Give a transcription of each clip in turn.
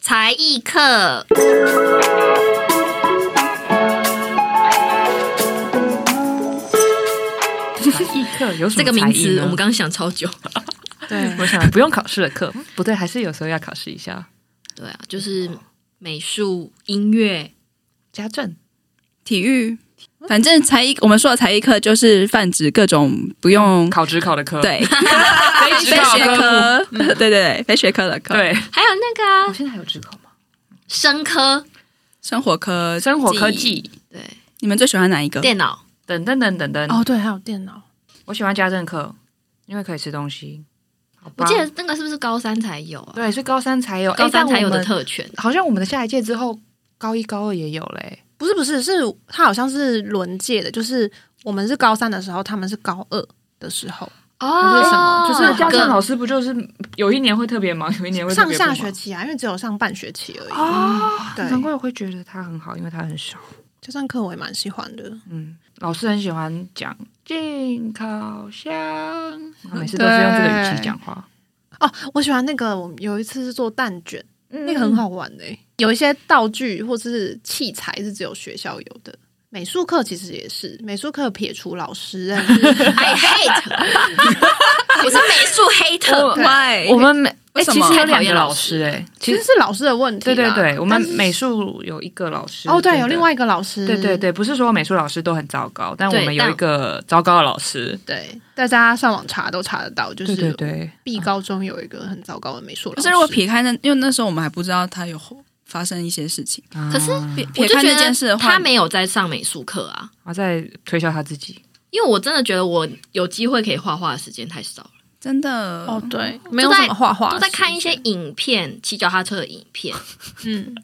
才艺课。艺课 有什这么个才名艺词呢我们刚刚想超久。对，我想不用考试的课，嗯不对，还是有时候要考试一下。对啊，就是美术、音乐，家政体育，反正才艺，我们说的才艺课就是泛指各种不用考职考的科， 对非职非考学嗯科目，嗯科， 对对对，非学科的科，对。还有那个我啊，现在还有职考吗？声科，生活科，生活科，技对，你们最喜欢哪一个？电脑，等等等等等。哦，对，还有电脑，我喜欢家政课，因为可以吃东西。好我吧记得那个是不是高三才有啊？对，是高三才有，高三才有的诶但我特权们，好像我们的下一届之后，高一高二也有嘞。不是不是，是它好像是轮界的，就是我们是高三的时候，他们是高二的时候，哦是什么就就是是家政各老师不就是有一年会特别忙，有一年会特上别不下忙学期啊，因为只有上半学期而已。哦，对难怪我会觉得他很好，因为他很少。家政课我也蛮喜欢的，嗯，老师很喜欢讲进烤箱，他 每次都是用这个语气讲话。哦，我喜欢那个，我们有一次是做蛋卷，嗯那个很好玩诶、有一些道具或是器材是只有学校有的。美术课其实也是，美术课撇除老师，但是 I hate，我 是美术 hater， Why？我们每哎、为什其么实有两太讨个厌老老师师哎、其其实实是老师的问题对啦。对对，我们但是美术有一个老师哦对，真的有另外一个老师，对对对，不是说美术老师都很糟糕，但我对们有一但个糟糕的老师。对，大家上网查都查得到，就对对是对， B 嗯高中有一个很糟糕的美术老就师，是如果撇开那，因为那时候我们还不知道他有发生一些事情，可是撇我撇就开觉那件事得的他话，没有在上美术课啊，他在推销他自己。因为我真的觉得我有机会可以画画的时间太少了，真的哦，对，没有什么画画，嗯都在看一些，影片，骑脚踏车的影片，嗯，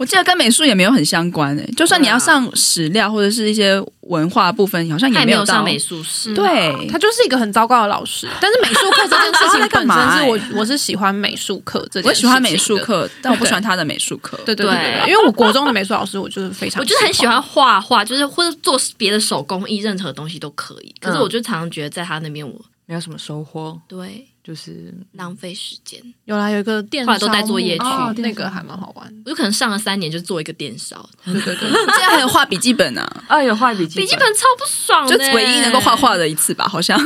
我记得跟美术也没有很相关诶、就算你要啊上史料或者是一些文化部分，好像他也 也没有有上到美术室，对，他就是一个很糟糕的 老师。但是美术课这件事他在干情本嘛身是哎我我是喜欢美术课这件事情的，我喜欢美术课，但我不喜欢他的美术课。对，对对对对对，因为我国中的美术老师我就是非常，我就是很喜欢画画，就是或者做别的手工艺，任何东西都可以。可是我就常常觉得在他那边我，没有什么收获，对就是浪费时间，有啦，有一个电后来都带作业烧去木哦电那烧个木还蛮好玩。我就可能上了三年就做一个电烧，对对对，现在还有画笔记本 啊，啊，有画笔记笔记本超不爽就的、唯一能够画。画的一次吧，好像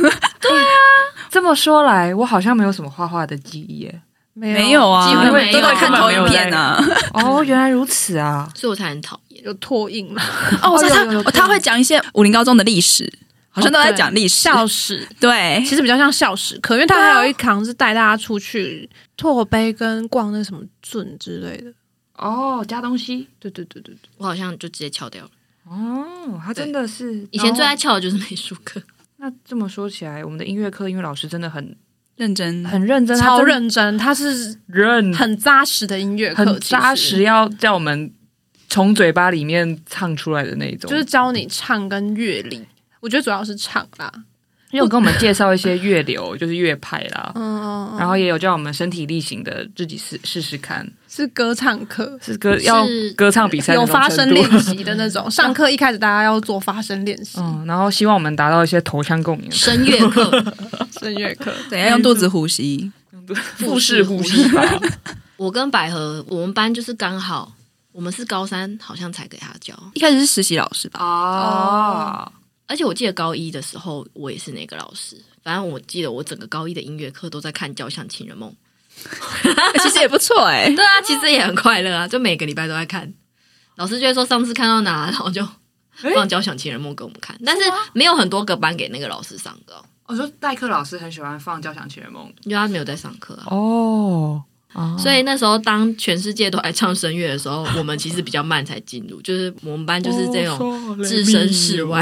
这么说来，我好像没有什么画画的记忆哎耶。没没有啊，几乎没有都在看投影片啊。哦，原来如此啊！所以我才很讨厌。有拓印 了，哦，我知道有有有他他会讲一些武林高中的历史，好像都在讲历史。校史哦对， 其实比较像校史课，因为他还有一堂是带大家出去拓杯跟逛那什么圳之类的。哦，加东西对对对对对，我好像就直接翘掉了。哦，他真的是以前最爱然后翘的就是美术课，那这么说起来，我们的音乐课，因为老师真的很认真。很认啊真，他超真认真，他是认很扎实的音乐课，嗯很其实扎实，，要叫我们从嘴巴里面唱出来的那种。就是教你唱跟乐理。我觉得主要是唱啦，也有跟我们介绍一些乐流，就是乐派啦，嗯，然后也有叫我们身体力行的自己试试试看，是歌唱课，是歌要歌唱比赛那有种发程声度练习的那种。上课一开始大家要做发声练习， 嗯，然后希望我们达到一些头腔共鸣，声乐 课。声乐课。对，要用肚子呼吸。腹式呼吸法。我跟百合，我们班就是刚好，我们是高三，好像才给他教。一开始是实习老师吧，哦，而且我记得高一的时候，我也是那个老师。反正我记得我整个高一的音乐课都在看《交响情人梦》。 其实也不错哎。对啊，其实也很快乐啊，就每个礼拜都在看。老师就会说上次看到哪，然 后就放《交响情人梦》给我们看，但是没有很多个班给那个老师上课哦，我说代课老师很喜欢放《交响情人梦因为他没有在上课》啊。哦，哦所以那时候，当全世界都爱唱声乐的时候，我们其实比较慢才进入， 就是我们班就是这哦种置身事外，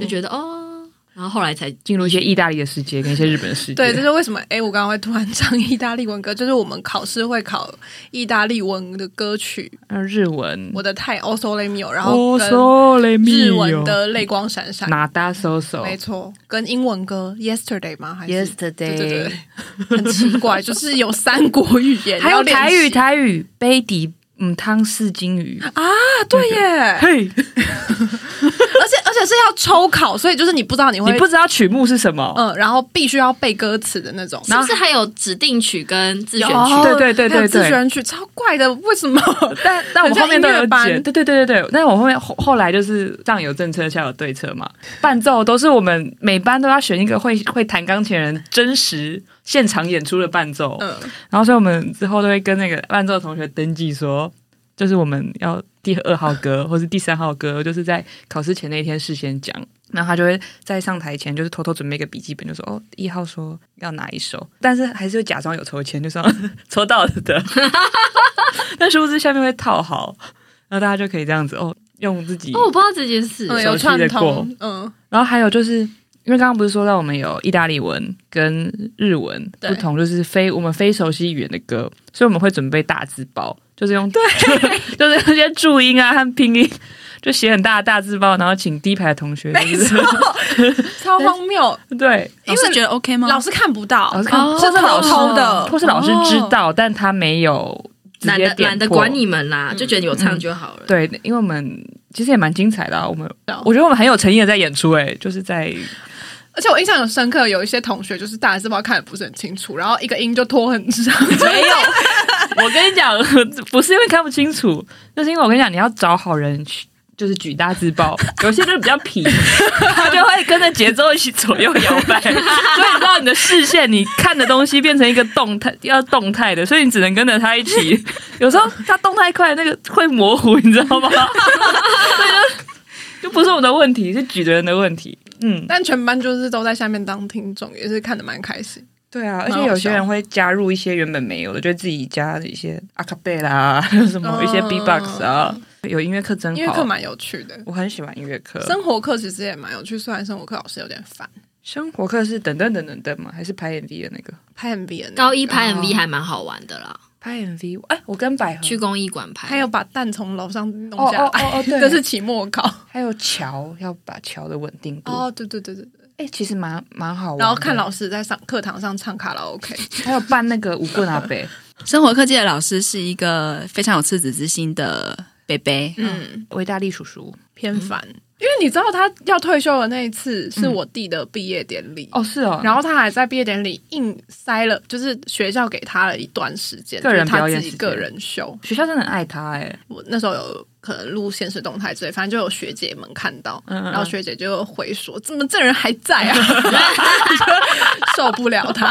就觉得哦，然后后来才 进入一些意大利的世界跟一些日本的世界。对，这是为什么？哎，我刚刚会突然唱意大利文歌，就是我们考试会考意大利文的歌曲，嗯日文，哦我的太 o s o l e mio，然后跟 Osole 日 mio 文的泪光闪闪，哪达搜搜，没错，跟英文歌 Yesterday 吗？还是 Yesterday 对哦对对， 很奇怪，就是有三国语言，还有要练习台语，台语杯底嗯汤氏金鱼， 啊，对耶，嘿，而且而且个是要抽考，所以就是你不知道你会你不知道曲目是什么，嗯，然后必须要背歌词的那种。是不是还有指定曲跟自选有曲？哦对对对对哦还有自对选曲超怪的，为什么？但但我很像后面都音有乐班剪，对对对对对。但我后面后后来就是上有政策，下有对策嘛。伴奏都是我们每班都要选一个会会弹钢琴的人真实现场演出的伴奏，嗯，然后所以我们之后都会跟那个伴奏同学登记说，就是我们要第二号歌或是第三号歌，就是在考试前那一天事先讲。然后他就会在上台前，就是偷偷准备一个笔记本，就说：“哦，一号说要哪一首，但是还是会假装有抽签，就说 抽到了的。但殊不知下面会套好，然后大家就可以这样子哦，用自己。哦，我不知道这件事。 嗯熟有悉的串过通，嗯，然后还有就是，因为刚刚不是说到我们有意大利文跟日文对不同，就是非我们非熟悉语言的歌，所以我们会准备大字报，就是用对， 就是那些注音啊和拼音， 就写很大的大字报，然后请第一排的同学，就是、超荒谬， 对，老师觉得 OK 吗？老师看不到嗯老，师看，哦或是老师是偷偷的或是老师知道，但他没有直懒接得点懒得破嗯管你们啦，就觉得你有唱就好了。对，因为我们其实也蛮精彩的、啊，我们对啊我觉得我们很有诚意的在演出、哎，就是在而且我印象很深刻，有一些同学就是大字报看的不是很清楚，然后一个音就拖很 长，没有， 我跟你讲，不是因为看不清楚，就是因为我跟你讲，你要找好人去。就是举大字报，有些就是比较皮，他就会跟着节奏一起左右摇摆，所以你知道你的视线，你看的东西变成一个动态，要动态的，所以你只能跟着他一起。有时候他动太快，那个会模糊，你知道吗？所 以就就不是我的问题，是举的人的问题。嗯，但全班就是都在下面当听众，也是看的蛮开心。对啊，而蛮且好有些笑人会加入一些原本没有的，就自己加一些阿卡贝拉， 什么一些嗯 B-box 啊，有哦音乐课真好。音乐课蛮有趣的，我很喜欢音乐课。生活课其实也蛮有趣，虽然生活课老师有点烦，生活课是等等等等等吗？还是拍 MV 的那个？拍 MV 的那个高一拍 MV 还蛮好玩的啦，拍 MV，哎，我跟百合去公益馆拍。还有把蛋从楼上弄哦下哦来， 哦哦，对，这是期末考。还有桥，要把桥的稳定度。哦，对对对对对，哎，其实蛮蛮好玩的。然后看老师在上课堂上唱卡拉 OK，还有办那个舞棍阿 北，生活科技的老师是一个非常有赤子之心的贝贝，嗯，维大利叔叔。偏烦，因为你知道他要退休的那一次是我弟的毕业典礼，哦，是哦。然后他还在毕业典礼硬塞了，就是学校给他了一段时间，个人就是表他演自时间己个人秀。学校真的很爱他哎，我那时候有可能录现实动态之类，反正就有学姐们看到，嗯嗯嗯然后学姐就回说：“怎么这人还在啊？” 我就受不了 他，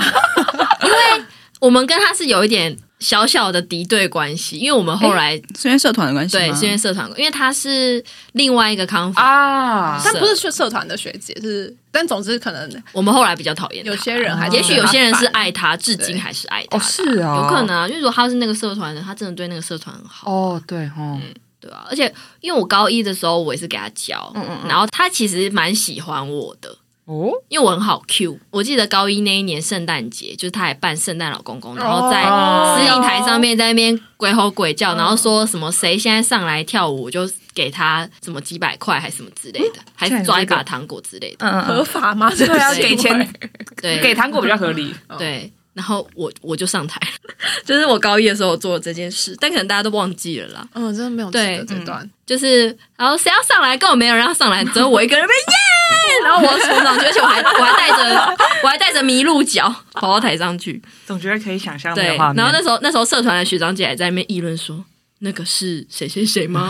我们跟他是有一点小小的敌对关系，因为我们后来是因为社团的关系吗？对是因为社团，因为他是另外一个康复，啊但不是学社团的学姐，是但总之可能我们后来比较讨厌他有些人还是也许有些人是爱他，至对今还是爱他的啊，哦是哦有可能啊，因为如果他是那个社团的，他真的对那个社团很好，哦，对哦，对啊，而且因为我高一的时候我也是给他教，然后他其实蛮喜欢我的，哦，因为我很好 Q，我记得高一那一年圣诞节，就是他还扮圣诞老公公，然后在哦司令台上面在那边鬼吼鬼叫，然后说什么谁现在上来跳舞，我就给他什么几百块还是什么之类的，还是抓一把糖果之类的。嗯嗯合法吗？对 对啊，是给钱对，给糖果比较合理。对。然后我我就上台了， 就是我高一的时候我做了这件事，但可能大家都忘记了啦。嗯，真的没有记得对这段，就是，然后谁要上来，根本没有人要上来，只有我一个人被 耶，然后我冲上去，而且我还我还带着我还带着麋鹿角跑到台上去，总觉得可以想象对，然后那时候那时候社团的学长姐还在那边议论说，那个是谁谁谁吗？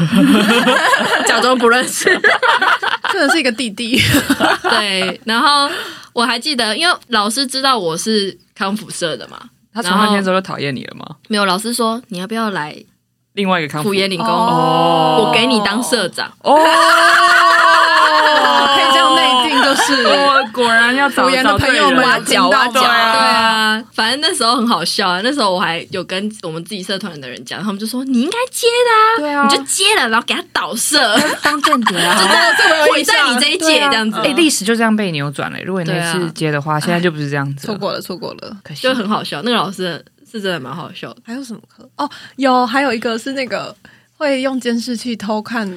假装不认识。真的是一个 弟弟，对，然后我还记得，因为老师知道我是康复社的嘛，他从那天之后就讨厌你了吗？没有老师说你要不要来另外一个康复辅研领工，哦我给你当社长。哦，哦可以这样内定，就是哦，果然要找福研的朋友们找对人有听到挖角吗对啊啊，反正那时候很好笑啊。那时候我还有跟我们自己社团的人讲，他们就说你应该接的对啊，啊你就接了，然后给他倒射，当间谍啊 就。这我有毁印在你象这一对届啊这样子。哎，历史就这样被扭转了。如果你那对次啊接的话，现在就不是这样子错了，过了，错过了。可惜就。很好笑。那个老师是真的蛮好笑的，还有什么课？哦，有，还有一个是那个会用监视器偷看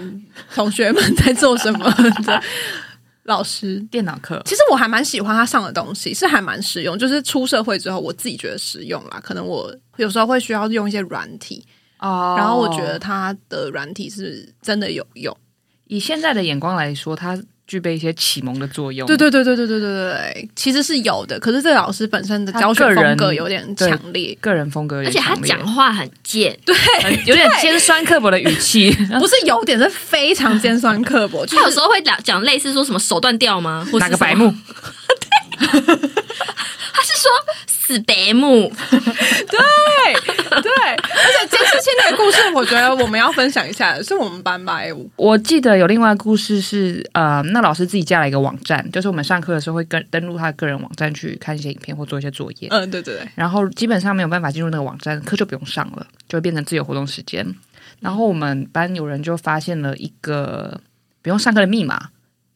同学们在做什么的老师。电脑课其实我还蛮喜欢他上的东西，是还蛮实用。就是出社会之后，我自己觉得实用啦。可能我有时候会需要用一些软体，哦然后我觉得他的软体是真的有用。以现在的眼光来说，他具备一些启蒙的作用。对对对对对对对对，其实是有的。可是这个老师本身的教学他个风人格有点对强烈，个人风格而也且强他烈，讲话很贱，对，有点尖酸刻薄的语气，不是有点是非常尖酸刻薄，就他有是时候会讲讲类似说什么手断掉吗？或是打个什么白目，他是说死白目，对对。而且监视器那个故事，我觉得我们要分享一下，是我们班吧 A 五，我记得有另外一个故事是，呃，那老师自己架了一个网站，就是我们上课的时候会跟登录他的个人网站去看一些影片或做一些作业，嗯，对对对，然后基本上没有办法进入那个网站，课就不用上了，就会变成自由活动时间。然后我们班有人就发现了一个不用上课的密码，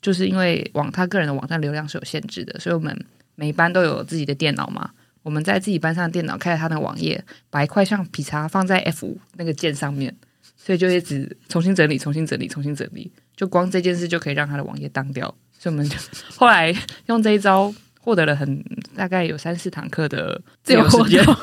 就是因为网他个人的网站流量是有限制的，所以我们每班都有自己的电脑嘛。我们在自己班上的电脑开了他的网页，把一块橡皮擦放在 F 五那个键上面，所以就一直重新整理、重新整理、重新整理，就光这件事就可以让他的网页当掉。所以我们就后来用这一招获得了很大概有三四堂课的自由时间。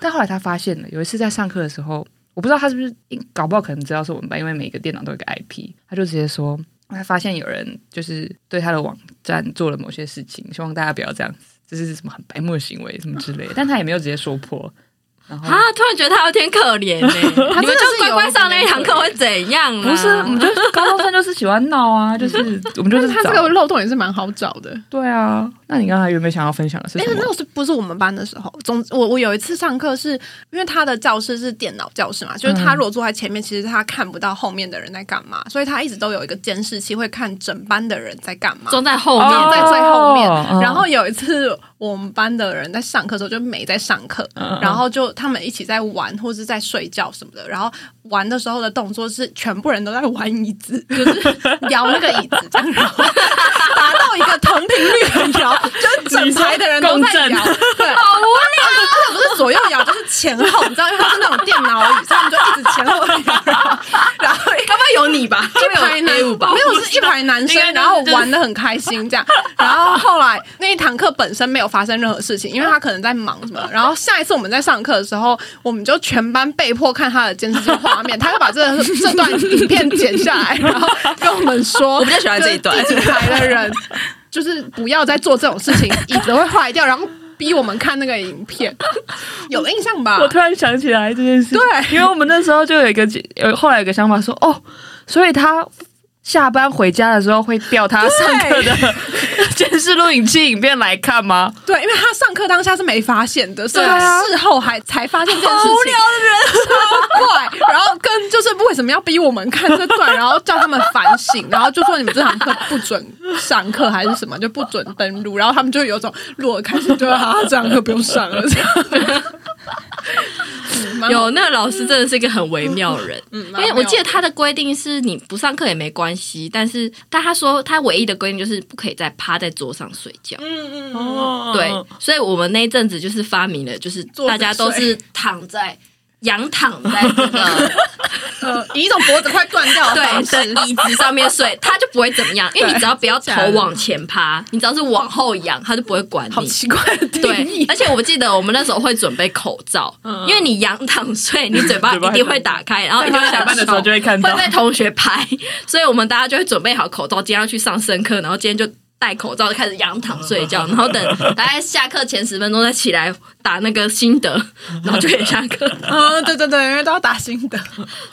但后来他发现了，有一次在上课的时候，我不知道他是不是搞不好可能知道是我们班，因为每个电脑都有一个 IP，他就直接说，他发现有人就是对他的网站做了某些事情，希望大家不要这样子，这是什么很白目的行为什么之类的，但他也没有直接说破。然后啊，突然觉得他有点可怜 呢、你们就乖乖上那一堂课会怎样、啊？不是，嗯我们就是高中生就是喜欢闹啊，就是我们就但是是他这找个漏洞也是蛮好找的。对啊。那你刚才有没有想要分享的是哎、什么？那是不是我们班的时候？总我我有一次上课是因为他的教室是电脑教室嘛，就是嗯他如果坐在前面，其实他看不到后面的人在干嘛，所以他一直都有一个监视器，会看整班的人在干嘛。装在后面，哦在最后面嗯然后有一次，我们班的人在上课的时候就没在上课，嗯然后就他们一起在玩或是在睡觉什么的。然后玩的时候的动作是全部人都在玩椅子，就是 摇那个椅子，这样摇，达到一个同频率的摇，就是整排的人都在你摇说，对，好无而且不是左右摇，就是前后，你知道，因为它是那种电脑椅，所以我们就一直前后摇， 然后聊，该不会有你吧？一排男没有吧？没有是一排男应该生，就是然后玩的很开心这样。然后后来那一堂课本身没有发生任何事情，因为他可能在忙什么。然后下一次我们在上课的时候，我们就全班被迫看他的监视器画面，他就把这 这段影片剪下来，然后跟我们说，我比较喜欢这一段就是一起排的人就是不要再做这种事情，椅子会坏掉，然后逼我们看那个影片，有印象吧？我突然想起来这件事，对，因为我们那时候就有一个有后来有一个想法说，哦，所以他下班回家的时候会调他上课的监视录影器影片来看吗？对，因为他上课当下是没发现的，所以啊事后还才发现这件事情。无聊的人，超怪。然后跟就是为什么要逼我们看这段，然后叫他们反省，然后就说你们这堂课不准上课还是什么，就不准登录。然后他们就有种落开始对啊，这堂课不用上了这样。嗯蛮好有那个老师真的是一个很微妙的人，嗯因蛮为我记妙得他的规定是你不上课也没关系，但是但他说他唯一的规定就是不可以再趴在桌上睡觉。嗯嗯嗯，哦对，所以我们那一阵子就是发明了，就是坐着大家都是躺在仰躺在这个呃，以一种脖子快断掉的方式，对的椅子上面睡，他就不会怎么样，因为你只要不要头往前趴，你只要是往后仰，他就不会管 好你。奇怪的定对，义。而且我记得我们那时候会准备口罩，因为你仰躺睡，你嘴巴一定会打开，然 后一定会下班的时候笑就会看到会。被同学拍，所以我们大家就会准备好口罩，今天要去上生课，然后今天就戴口罩，就开始仰躺睡觉，然后等大概下课前十分钟再起来打那个心得，然后就可以下 课。嗯，对对对，因为都要打新的。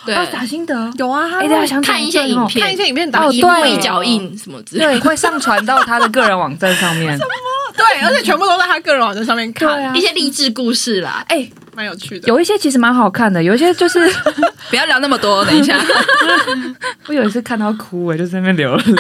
对，哦心得，有啊，他哎，大家想看一些影，片，看一些影片打哦一一步对一脚印什么之类的。 对，会上传到他的个人网站上 面。啊对，而且全部都在他个人网站上面看，一些励志故事啦，哎、蛮有趣的。有一些其实蛮好看的，有一些就是 不要聊那么多，等一 下。我有一次看到哭、哎，就在那边流了。哎、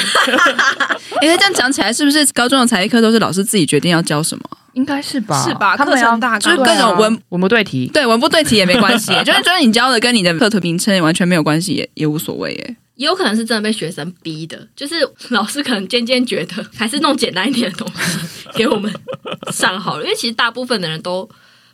那这样讲起来，是不是高中的才艺课都是老师自己决定要教什么？ 应该是吧？是吧他们课要程大纲对啊就是各种文文不对题，对，文不对题也没 关系，就是就是你教的跟你的课程名称也完全没有关系，也也无所谓耶。也有可能是真的被学生逼的，就是老师可能渐渐觉得还是弄简单一点的东西给我们上好了，因为其实大部分的人都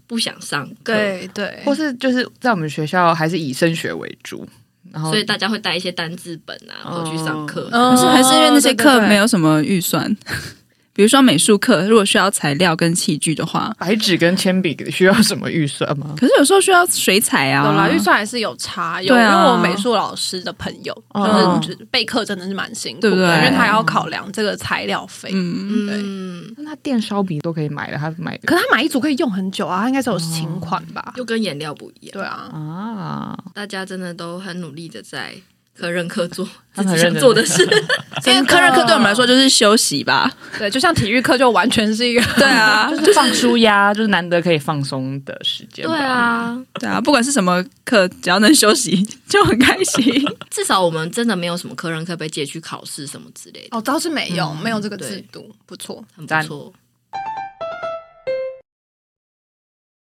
不想上课，对对，或是就是在我们学校还是以升学为主，然后所以大家会哦带一些单字本啊，或者去上课。嗯可是还是因为那些对对课对没有什么预算， 比如说美术课，如果需要材料跟器具的话，白纸跟铅笔需要什么预算吗？可是有时候需要水彩啊。有啦，预算还是有差，有对因啊哦为我美术老师的朋友，嗯就是就是备课真的是蛮辛苦对的，不对因为他要考量这个材料费。嗯，嗯，那他电烧笔都可以买的，他买可的是他买一组可以用很久啊，他应该是有情款吧？嗯又跟颜料不一样。对啊，啊，大家真的都很努力的在可认可做 他自们己想很认真做的 事。因为科任课对我们来说就是休息 吧。对，就像体育课就完全是一个对啊， 就是放舒压，就是难得可以放松的时间。对，啊，对啊，不管是什么课，只要能休息 就很开心。至少我们真的没有什么科任课被借去考试什么之类的，嗯哦，倒是没有，没有这个制对度，不错。很不哦赞错。